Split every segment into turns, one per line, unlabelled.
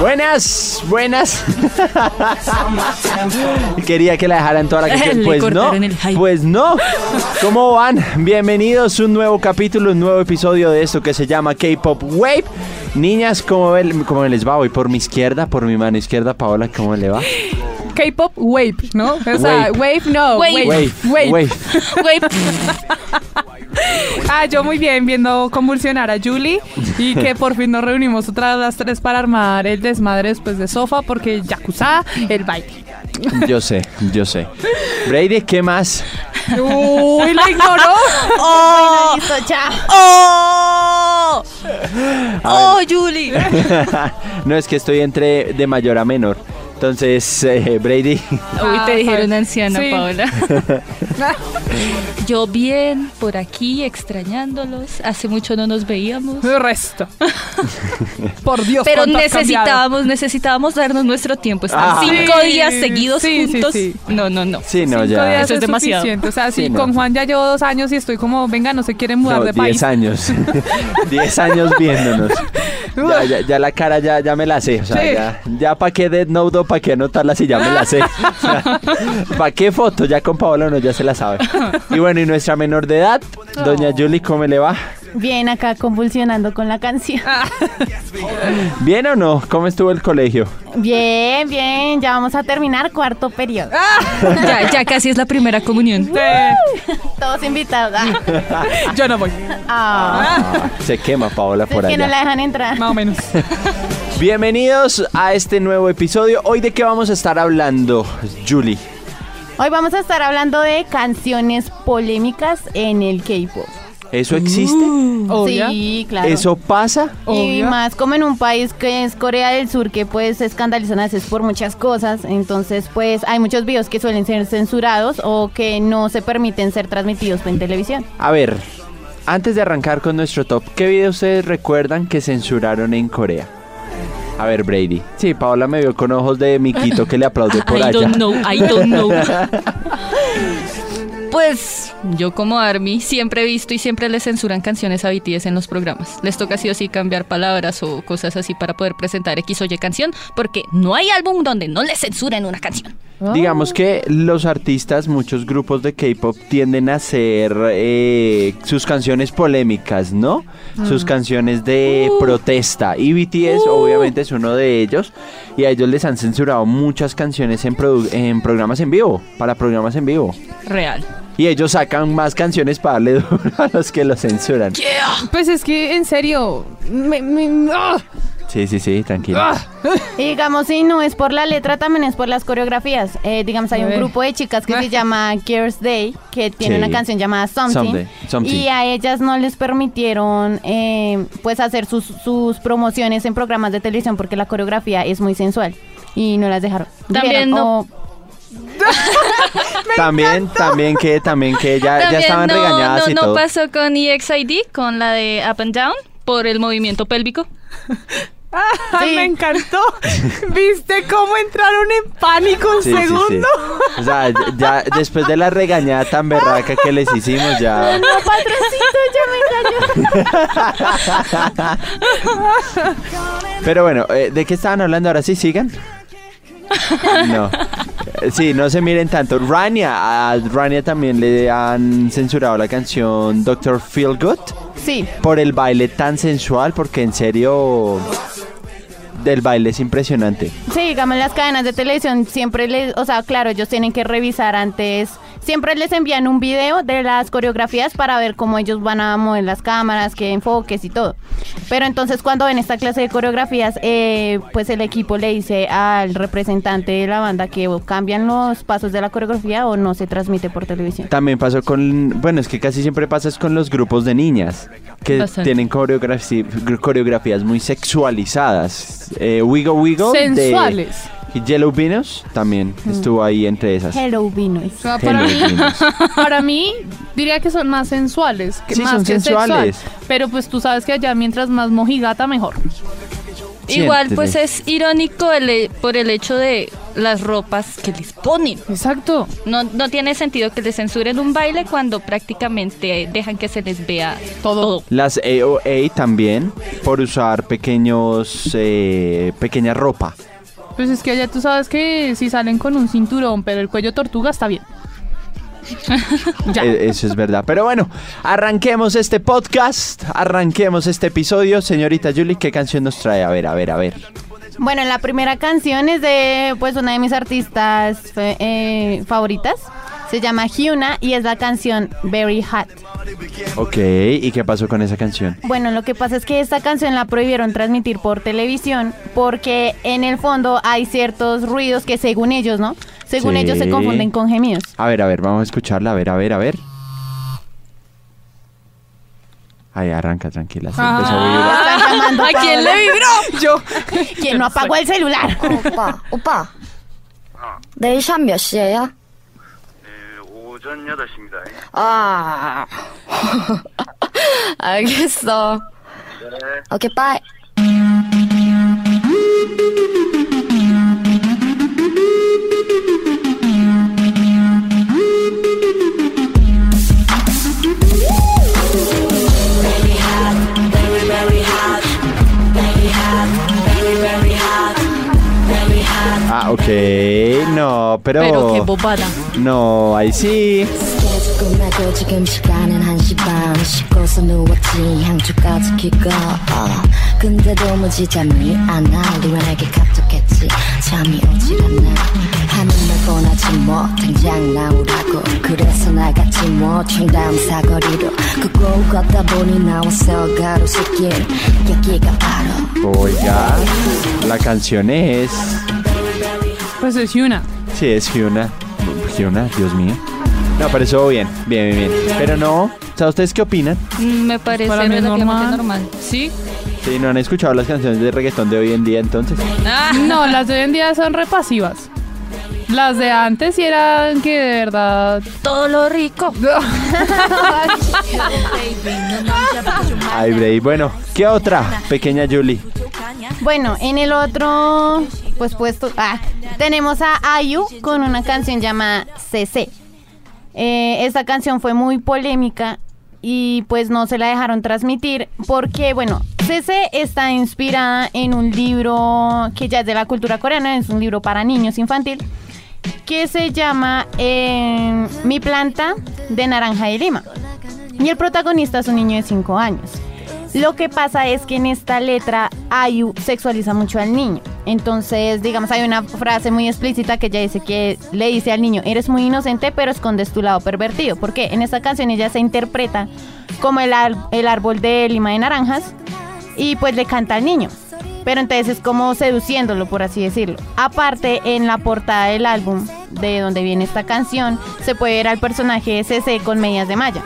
Buenas, buenas. Quería que la dejaran toda la canción.
Le
Pues no,
cortaron el hype.
pues no. ¿Cómo van? Bienvenidos a un nuevo capítulo, un nuevo episodio de esto que se llama K-Pop Wave. Niñas, ¿cómo, ven- ¿cómo les va? Voy por mi izquierda, por mi mano izquierda. Paola, ¿cómo le va?
K-pop wave, ¿no? O sea, wave, no, wave,
Wave,
wave.
wave.
Ah, yo muy bien viendo convulsionar a Julie y que por fin nos reunimos otras las tres para armar el desmadre después de Sofa porque Yakuza, el baile.
Yo sé, yo sé. Brady, ¿qué más?
Uy, la ignoró.
¡Oh! ¡Oh! ¡Oh, Julie!
No, es que estoy entre de mayor a menor. Entonces, eh, Brady,
Uy, te
Ah,
dijeron
Paola.
anciana,
Sí.
Paola. Yo bien, por aquí, extrañándolos. Hace mucho no nos veíamos.
El resto. Por Dios,
Pero
cuánto has cambiado.
necesitábamos, necesitábamos darnos nuestro tiempo. Están
Ah.
cinco
Sí,
días seguidos
sí, sí,
juntos.
sí.
No, no, no.
sí, no,
Cinco
ya.
días
Eso es
es
demasiado.
suficiente. O sea, sí,
Sí, no.
con Juan ya llevo dos años y estoy como, venga, no se quieren mudar
No,
de
10
país.
años. 10 años viéndonos. Ya, ya, ya la cara ya, ya me la sé. O sea,
Sí.
ya, ya para qué Dead Note, para qué anotarla si ya me la sé. ¿Para qué foto? Ya con Paola no, ya se la sabe. Y bueno, y nuestra menor de edad,
Oh.
doña Julie, ¿cómo le va?
Bien, acá convulsionando con la canción.
Ah. ¿Bien o no? ¿Cómo estuvo el colegio?
Bien, bien, ya vamos a terminar cuarto periodo.
Ah.
Ya, ya casi es la primera comunión.
Sí.
Todos invitados. Ah,
Yo no voy,
ah.
Se quema Paola por
es que no la
allá.
dejan entrar.
más o menos.
Bienvenidos a este nuevo episodio. Hoy de qué vamos a estar hablando, Julie.
Hoy vamos a estar hablando de canciones polémicas en el K-pop.
¿Eso existe?
Mm, Obvia.
Sí, claro.
¿Eso pasa?
Y
obvio.
más como en un país que es Corea del Sur, que pues se escandalizan a veces por muchas cosas. Entonces, pues hay muchos videos que suelen ser censurados o que no se permiten ser transmitidos en televisión.
A ver, antes de arrancar con nuestro top, ¿qué video ustedes recuerdan que censuraron en Corea? A ver, Brady. Sí, Paola me vio con ojos de miquito que le aplaude por
I
allá.
don't know, I don't know. Pues yo como Army siempre he visto y siempre le censuran canciones a BTS en los programas. Les toca sí o sí cambiar palabras o cosas así para poder presentar X o Y canción, porque no hay álbum donde no le censuren una canción.
Digamos que los artistas, muchos grupos de K-pop tienden a hacer eh, sus canciones polémicas, ¿no? Sus canciones de
Uh.
protesta. Y BTS obviamente es uno de ellos. Y a ellos les han censurado muchas canciones en, produ- en programas en vivo, para programas en vivo.
Real.
Y ellos sacan más canciones para darle duro a los que lo censuran.
Pues es que, en serio, me- me- ¡ah!
Sí, sí, sí, tranquilo.
Ah,
Y digamos, si no es por la letra, también es por las coreografías. Eh, digamos, hay
A
un
ver.
grupo de chicas que se llama Girls Day, que tiene
Sí.
una canción llamada Something,
Someday, Something.
Y a ellas no les permitieron eh, pues hacer sus, sus promociones en programas de televisión porque la coreografía es muy sensual. Y no las dejaron.
También
Dijeron,
no-
"Oh,
También, también que, también que Ah, ya, ya
También
estaban
no,
regañadas
no,
y
no
todo.
pasó con E EXID, con la de Up and Down, por el movimiento pélvico.
Ah,
Sí.
Me encantó. ¿Viste cómo entraron en pánico un
Sí, sí, sí.
segundo?
O sea, ya ya después de la regañada tan berraca que les hicimos, ya.
no, patroncito, ya me engañó.
Pero bueno, eh, ¿de qué estaban hablando ahora? ¿Sí sigan? No. Eh, Sí, no se miren tanto. Rania, a Rania también le han censurado la canción Doctor Feel Good.
Sí.
por el baile tan sensual, porque en serio del baile es impresionante.
Sí, digamos, las cadenas de televisión siempre les, o sea, claro, ellos tienen que revisar antes, siempre les envían un video de las coreografías para ver cómo ellos van a mover las cámaras, qué enfoques y todo. Pero entonces cuando ven esta clase de coreografías, eh, pues el equipo le dice al representante de la banda que o cambian los pasos de la coreografía o no se transmite por televisión.
También pasó con, bueno, es que casi siempre pasa es con los grupos de niñas, que
Bastante.
tienen coreografi- coreografías muy sexualizadas. Eh, Wiggle Wiggle. de-
Sensuales. Mm.
Y Yellow Vinos también estuvo ahí entre esas.
Hello, Vinos.
sea, para
Hello
mí,
Vinos.
para mí, diría que son más sensuales. Que
Sí,
más
son
que
sensuales.
Sexual, pero pues tú sabes que allá mientras más mojigata, mejor.
Igual,
Siéntele.
pues es irónico el he- por el hecho de las ropas que les ponen.
Exacto.
No, no tiene sentido que les censuren un baile cuando prácticamente dejan que se les vea todo.
Las AOA también por usar pequeños eh, pequeña ropa.
Pues es que allá tú sabes que si salen con un cinturón, pero el cuello tortuga está bien. ya.
Eh, Eso es verdad. Pero bueno, arranquemos este podcast, arranquemos este episodio. Señorita Julie, ¿qué canción nos trae? A ver, a ver, a ver.
Bueno, la primera canción es de pues una de mis artistas fe- eh, favoritas. Se llama Hyuna y es la canción Very Hot.
Ok, ¿y qué pasó con esa canción?
Bueno, lo que pasa es que esta canción la prohibieron transmitir por televisión porque en el fondo hay ciertos ruidos que según ellos, ¿no? Según
Sí.
ellos se confunden con gemidos.
A ver, a ver, vamos a escucharla, a ver, a ver, a ver. Ahí arranca, tranquila. se empezó a
Ah.
vibrar.
Están llamando
¿A
para
quién le
hablar.
vibró? Yo.
¿Quién no apagó el celular?
어, 오빠, 오빠. 내일 샵 몇 시에요?
네, 오전 8시입니다.
아. 알겠어.
네.
오케이, 빠이.
Ah, ok. No, pero.
Pero qué bobada.
no, ahí sí.
스케줄 끝나고 지금 시간은 1시 반 씻고서 누웠지 향초까지 키고 어. 근데 도무지 잠이 안와 누가 내게 카톡했지 잠이 오질 않네 하늘을 보나지 뭐 당장 나오라고 그래서 나갔지 뭐 청담 사거리로 그곳 걷다 보니 나왔어 가로수길 여기가 바로
Oiga, la canción es.
Pues es una.
Sí, es Hyuna. Hyuna, Dios mío. No, pero eso bien, bien, bien, bien. Pero no, o sea, ¿ustedes qué opinan?
Mm, Me parece
Para mí es
relativamente
normal.
normal. Sí.
Si no han escuchado las canciones de reggaetón de hoy en día, entonces.
Ah,
No, las de hoy en día son repasivas. Las de antes sí eran que de verdad.
todo lo rico.
Ay, Bray. Bueno, ¿qué otra? Pequeña Julie.
Bueno, en el otro pues puesto ah, tenemos a Ayu con una canción llamada CC. Eh, esta canción fue muy polémica y pues no se la dejaron transmitir porque bueno, CC está inspirada en un libro que ya es de la cultura coreana, es un libro para niños infantil que se llama eh, Mi planta de naranja de Lima. Y el protagonista es un niño de 5 años. Lo que pasa es que en esta letra Ayu sexualiza mucho al niño. Entonces, digamos, hay una frase muy explícita que ella dice que le dice al niño, eres muy inocente pero escondes tu lado pervertido. Porque en esta canción ella se interpreta como el, ar- el árbol de lima de naranjas y pues le canta al niño. Pero entonces es como seduciéndolo, por así decirlo. Aparte, en la portada del álbum, de donde viene esta canción, se puede ver al personaje CC con medias de malla.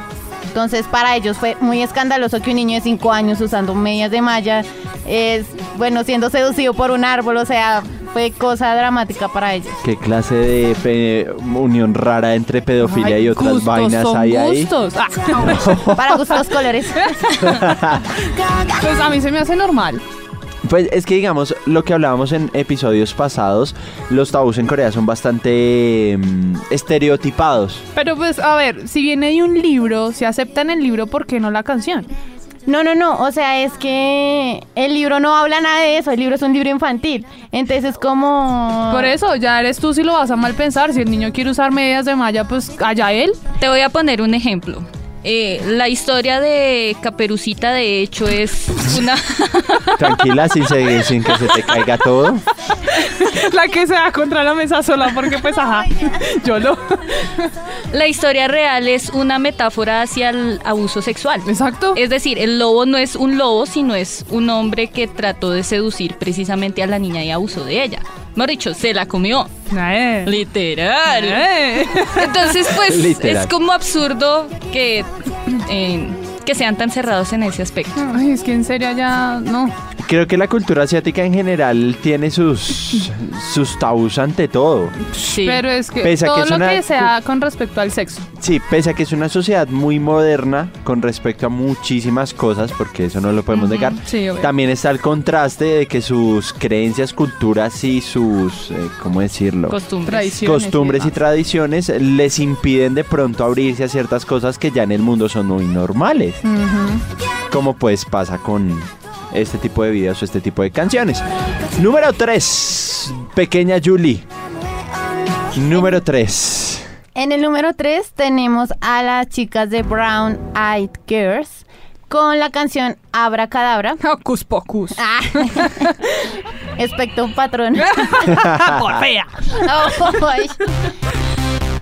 Entonces, para ellos fue muy escandaloso que un niño de 5 años usando medias de malla es, bueno, siendo seducido por un árbol, o sea, fue cosa dramática para ellos.
¿Qué clase de pe- unión rara entre pedofilia
Ay,
y otras
gustos
vainas
son
hay ahí?
gustos. Ah,
Para gustos colores.
pues a mí se me hace normal.
Pues es que digamos, lo que hablábamos en episodios pasados, los tabús en Corea son bastante mm, estereotipados.
Pero pues, a ver, si viene de un libro, si aceptan el libro, ¿por qué no la canción?
No, no, no, o sea, es que el libro no habla nada de eso, el libro es un libro infantil. Entonces es como...
Por eso, ya eres tú si lo vas a mal pensar. Si el niño quiere usar medias de malla, pues allá él.
Te voy a poner un ejemplo. Eh, la historia de Caperucita, de hecho, es una.
Tranquila, sin, se- sin que se te caiga todo.
La que se da contra la mesa sola, porque pues ajá, yo lo.
la historia real es una metáfora hacia el abuso sexual.
Exacto.
Es decir, el lobo no es un lobo, sino es un hombre que trató de seducir precisamente a la niña y abusó de ella. Mejor dicho, se la comió.
Eh,
Literal.
eh.
Entonces, pues,
Literal.
es como absurdo que, eh, que sean tan cerrados en ese aspecto.
Ay, es que en serio ya no.
creo que la cultura asiática en general tiene sus, sus tabús ante todo.
Sí.
Pero es que
Pese a que
todo
es
lo
una- Pues,
que sea con respecto al sexo.
Sí, pese a que es una sociedad muy moderna con respecto a muchísimas cosas, porque eso no lo podemos negar,
sí, obvio.
también está el contraste de que sus creencias, culturas y sus, eh, ¿cómo decirlo?
costumbres.
Tradiciones.
costumbres y tradiciones les impiden de pronto abrirse a ciertas cosas que ya en el mundo son muy normales. Como pues pasa con este tipo de videos o este tipo de canciones. Número 3, pequeña Julie. Número 3.
En el número 3 tenemos a las chicas de Brown Eyed Girls con la canción Abracadabra.
Hocus pocus.
Ah, Espectro patrón. Oh,
Fea.
Ay.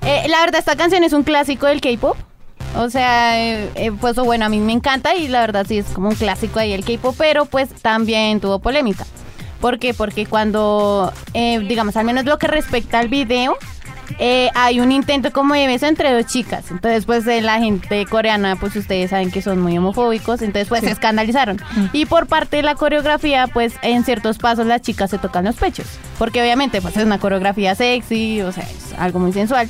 Eh, la verdad, esta canción es un clásico del K-pop. O sea, eh, eh, pues bueno, a mí me encanta y la verdad sí es como un clásico ahí el K-pop, pero pues también tuvo polémica. ¿Por qué? Porque cuando, eh, digamos, al menos lo que respecta al video, eh, hay un intento como de beso entre dos chicas. Entonces, pues eh, la gente coreana, pues ustedes saben que son muy homofóbicos, entonces pues se escandalizaron. Y por parte de la coreografía, pues en ciertos pasos las chicas se tocan los pechos. Porque obviamente, pues es una coreografía sexy, o sea, es algo muy sensual.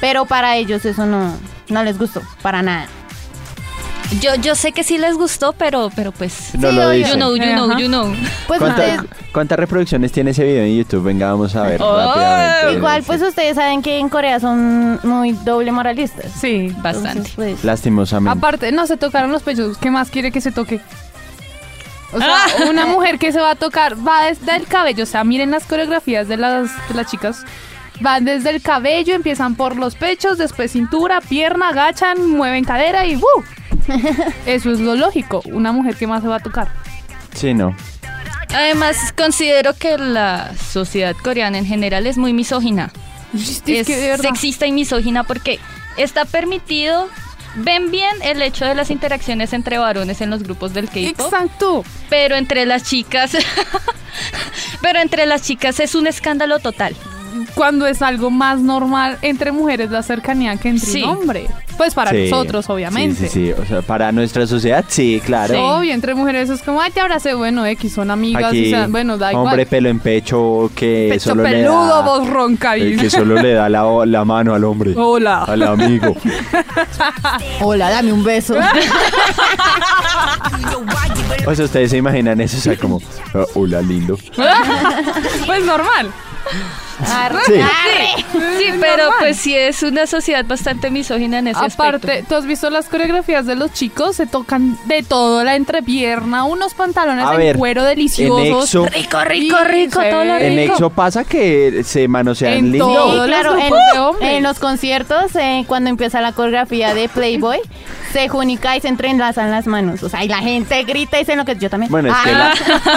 Pero para ellos eso no, no les gustó, para nada.
Yo, yo sé que sí les gustó, pero, pero pues.
No
Sí,
lo
obvio.
dice.
You know, you know, you know.
Pues ustedes-
¿Cuánta- ¿Cuántas reproducciones tiene ese video en YouTube? Venga, vamos a ver.
Oh.
rápidamente.
igual, pues ustedes saben que en Corea son muy doble moralistas.
Sí.
Bastante.
Entonces, pues,
Lastimosamente.
Aparte, no, se tocaron los pechos. ¿Qué más quiere que se toque? O sea, una mujer que se va a tocar va desde el cabello. O sea, miren las coreografías de las, de las chicas. Van desde el cabello, empiezan por los pechos, después cintura, pierna, agachan, mueven cadera y ¡uh! Eso es lo lógico. Una mujer que más se va a tocar.
Sí, no.
Además, considero que la sociedad coreana en general es muy misógina.
este Es,
Es
que de verdad.
sexista y misógina porque está permitido. Ven bien el hecho de las interacciones entre varones en los grupos del K-pop,
Exacto.
pero entre las chicas, pero entre las chicas es un escándalo total.
Cuando es algo más normal entre mujeres la cercanía que entre
Sí.
un hombre. Pues para
Sí.
nosotros, obviamente.
Sí, sí, sí. O sea, para nuestra sociedad, sí, claro.
Sí.
Obvio, entre mujeres es como, ay, te abracé, bueno, X, son amigas,
Aquí,
o sea, bueno, da igual.
hombre pelo en pecho que
Pecho
solo le da,
peludo, voz ronca y-
el que solo le da la, la mano al hombre,
Hola.
al amigo.
Hola, dame un beso.
O sea, ustedes se imaginan eso, o sea, como, "Ah, hola lindo.
Pues normal.
Arre.
Sí.
Ah,
Arre.
Sí, pero pues sí es una sociedad bastante misógina en ese
Aparte,
aspecto.
¿tú has visto las coreografías de los chicos? Se tocan de todo, la entrepierna, unos pantalones
A
en
ver,
cuero
en
deliciosos.
Exo-
rico, rico, rico, todo lo
En Exo pasa que se manosean
En
Sí,
todo.
lindo.
Todos
claro,
los
en,
grupos ¡Uh! de hombres.
en los conciertos, eh, cuando empieza la coreografía de Playboy, se junica y se entrelazan las manos. O sea, y la gente grita y se lo que yo también.
Bueno, es que
Ah,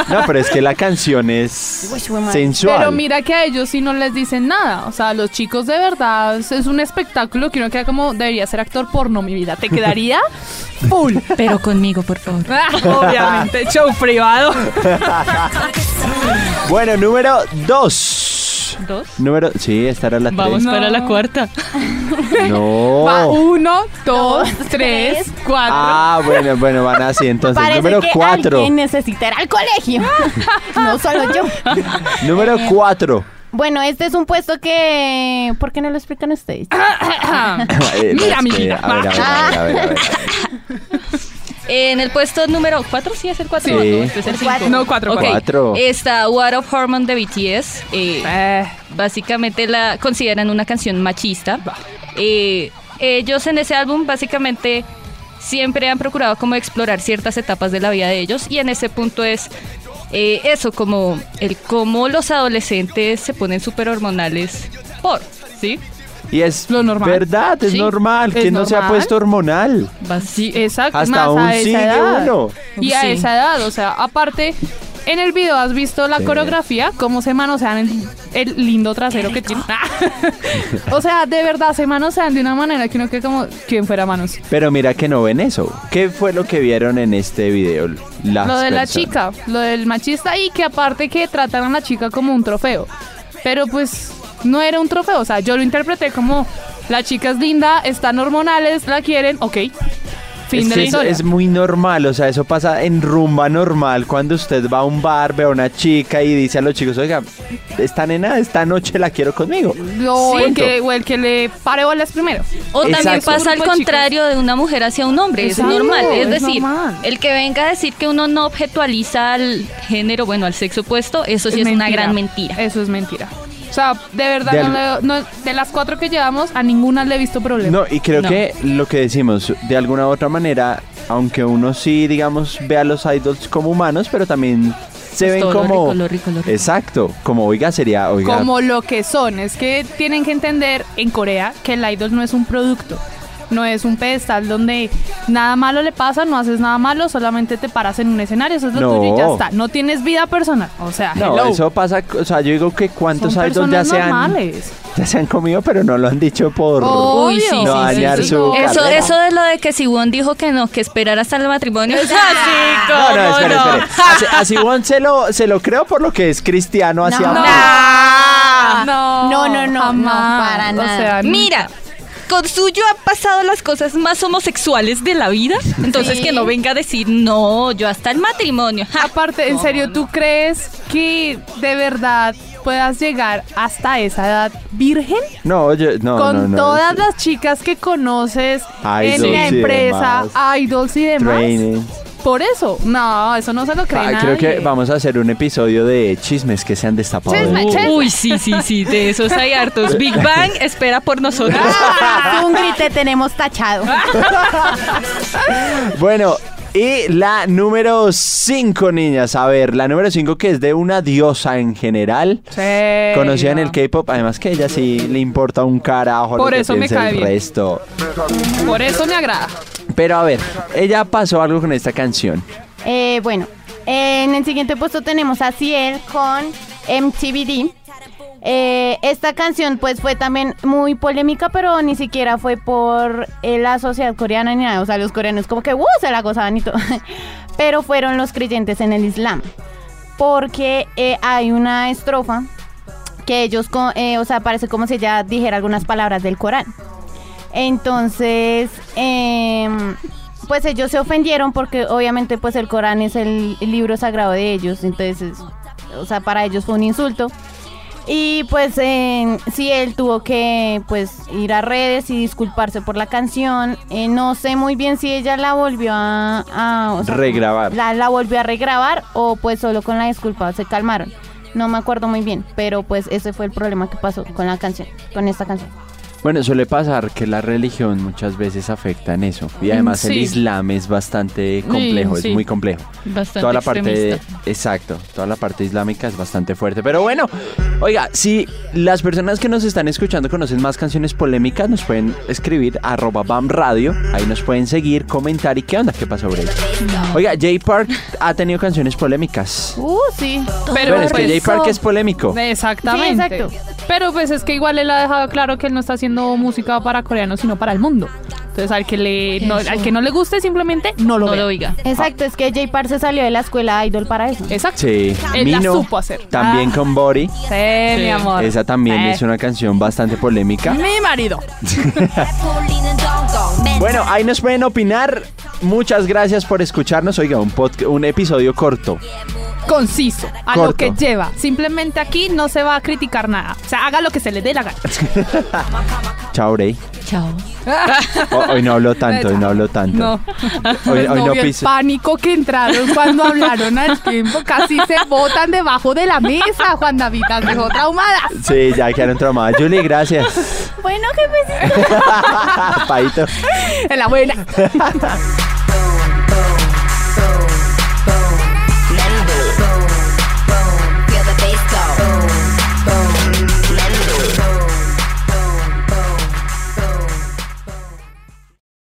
la, no, pero es que la canción es
Uy, su madre.
sensual.
Pero mira que a ellos sí no les dicen nada. O sea, los chicos de verdad es es un espectáculo que uno queda como, debería ser actor porno, mi vida. ¿Te quedaría? Full.
Pero conmigo, por favor.
Obviamente, show privado.
Bueno, número dos.
Dos.
Número, sí, esta era la
Vamos
tres.
para la cuarta.
No.
Va uno, dos,
Dos,
tres,
tres.
cuatro.
Oh. Ah, bueno, bueno, van así. Entonces,
Parece
número
que
cuatro.
alguien necesita ir al colegio. no solo yo.
Número cuatro.
Bueno, este es un puesto que... ¿Por qué no lo explican ustedes?
Ah,
Eh, no, es
Mira,
que-
amiguita.
A ver, a ver, a ver, a ver, a ver.
En el puesto número 4, sí es el 4.
Sí.
es el
Cuatro.
cinco.
No, cuatro,
Ok,
cuatro.
Cuatro.
Está What of Hormone de BTS. eh,
Eh,
básicamente la consideran una canción machista. Eh, ellos en ese álbum básicamente siempre han procurado como explorar ciertas etapas de la vida de ellos y en ese punto es eh, eso, como el cómo los adolescentes se ponen súper hormonales por, ¿sí?
Y es
Lo normal.
verdad, es
Sí,
normal.
es
¿Quién no se ha
normal.
puesto hormonal?
Basi-
exacto. más
Hasta
a
un
esa
sigue
edad.
uno.
Y a
Sí.
esa edad, o sea, aparte, en el video has visto la
Sí.
coreografía, cómo se manosean el, el lindo trasero que tiene. o sea, de verdad, se manosean de una manera que uno que como, quien fuera manos.
Pero mira que no ven eso. ¿Qué fue lo que vieron en este video? Las
lo de la
personas.
chica, lo del machista y que aparte que tratan a la chica como un trofeo. Pero pues no era un trofeo, o sea, yo lo interpreté como la chica es linda, están hormonales, la quieren, ok. Fin
es, que
de la
es-
historia.
es muy normal, o sea, eso pasa en rumba normal. Cuando usted va a un bar, ve a una chica y dice a los chicos, oiga, esta nena, esta noche la quiero conmigo.
O, el
Punto.
que, o el que le pare bolas primero.
O también
Exacto.
pasa al
Grupo de
contrario de una mujer hacia un hombre,
Exacto,
es normal. Es,
es
decir,
normal.
el que venga a decir que uno no objetualiza al género, bueno, al sexo opuesto, eso sí es, una
mentira.
gran mentira.
Eso es mentira. O sea, de verdad,
De
no
al-
le- no, de las cuatro que llevamos, a ninguna le he visto problema.
No, y creo
No.
que lo que decimos, de alguna u otra manera, aunque uno sí, digamos, ve a los idols como humanos, pero también se
Pues
ven
todo lo
como...
rico, lo rico, lo rico.
Exacto, como oiga sería, oiga,
Como lo que son. Es que tienen que entender en Corea que el idol no es un producto. No es un pedestal donde nada malo le pasa, no haces nada malo, solamente te paras en un escenario, eso es lo
No.
tuyo y ya está. No tienes vida personal. O sea,
no,
hello.
eso pasa, o sea, yo digo que cuántos
Son
idols ya
personas
se, han,
normales.
ya se han comido, pero no lo han dicho por...
Obvio.
Uy, sí,
No
sí, sí,
dañar
sí.
su
Eso,
carrera.
eso de lo de que Sibón dijo que no, que esperar hasta el matrimonio. Es así,
No, no,
¿cómo
espere,
no?
espere. Así, así Juan se lo, se lo creo por lo que es cristiano hacia
Ah,
No.
No,
Ah, No, no, no,
jamás.
no, para nada.
O sea,
Mira, con suyo han pasado las cosas más homosexuales de la vida. Entonces
Sí.
que no venga a decir, no, yo hasta el matrimonio. Ja.
Aparte, en serio, ¿tú crees que de verdad puedas llegar hasta esa edad virgen?
No, yo, no,
Con
no, no.
todas las chicas que conoces
Idols
en la
y
empresa,
demás.
idols y demás.
Training.
Por eso, no, eso no se lo cree
Ah,
nadie.
creo que vamos a hacer un episodio de chismes que se han destapado.
Chisme,
del-
chisme.
Uy, sí, sí, sí, de esos hay hartos. Big Bang espera por nosotros.
Un grite tenemos tachado.
Bueno, y la número 5, niñas. A ver, la número 5 que es de una diosa en general.
Sí,
Conocida en
no.
el K-pop, además que a ella sí le importa un carajo
Por
lo que
eso me
piense
cae
el
bien.
resto.
Por eso me agrada.
Pero a ver, ella pasó algo con esta canción.
Eh, bueno, eh, en el siguiente puesto tenemos a Ciel con MTVD. Eh, esta canción pues fue también muy polémica, pero ni siquiera fue por eh, la sociedad coreana ni nada. O sea, los coreanos como que "Uh", se la gozaban y todo. pero fueron los creyentes en el Islam. Porque eh, hay una estrofa que ellos, co- eh, o sea, parece como si ella dijera algunas palabras del Corán. Entonces, em, pues ellos se ofendieron porque obviamente pues el Corán es el libro sagrado de ellos, entonces, o sea, para ellos fue un insulto. Y pues em, sí, él tuvo que pues ir a redes y disculparse por la canción. Eh, no sé muy bien si ella la volvió a... a, o sea,
Regrabar.
La, la volvió a regrabar o pues solo con la disculpa se calmaron. No me acuerdo muy bien, pero pues ese fue el problema que pasó con la canción, con esta canción.
Bueno, suele pasar que la religión muchas veces afecta en eso. Y además el
sí.
Islam es bastante complejo,
sí.
es muy complejo.
Bastante
toda la parte,
extremista.
exacto, toda la parte islámica es bastante fuerte. Pero bueno, oiga, si las personas que nos están escuchando conocen más canciones polémicas, nos pueden escribir arroba BAM Radio. Ahí nos pueden seguir, comentar y qué onda, qué pasó, Bray. Oiga, Jay Park ha tenido canciones polémicas.
Uh, sí.
Pero
Bueno, es que
pues,
Jay Park es polémico.
Exactamente.
Sí, exacto.
Pero pues es que igual él ha dejado claro que él no está haciendo música para coreanos, sino para el mundo. Entonces al que le no, al que no le guste simplemente no lo
No
vea.
lo oiga.
Exacto, es que Jay Park se salió de la escuela idol para eso.
Exacto.
Sí,
Él la supo hacer. Ah,
También con Body.
Sí, mi amor.
Esa también
Eh.
es una canción bastante polémica.
Mi marido.
Bueno, ahí nos pueden opinar. Muchas gracias por escucharnos. Oiga, un, podca- un episodio corto.
Conciso. A lo
Corto.
que lleva. Simplemente aquí no se va a criticar nada. O sea, haga lo que se le dé la gana.
Chao, Bray.
Chao.
Ho- Hoy no hablo tanto, hoy no hablo tanto.
No.
Hoy,
Pues
hoy
no
no
vio el
piso.
pánico que entraron cuando hablaron al tiempo. Casi se botan debajo de la mesa, Juan David. Las dejó traumadas.
Sí, ya quedaron traumadas. Julie, gracias.
Bueno, que
Paito.
En la buena.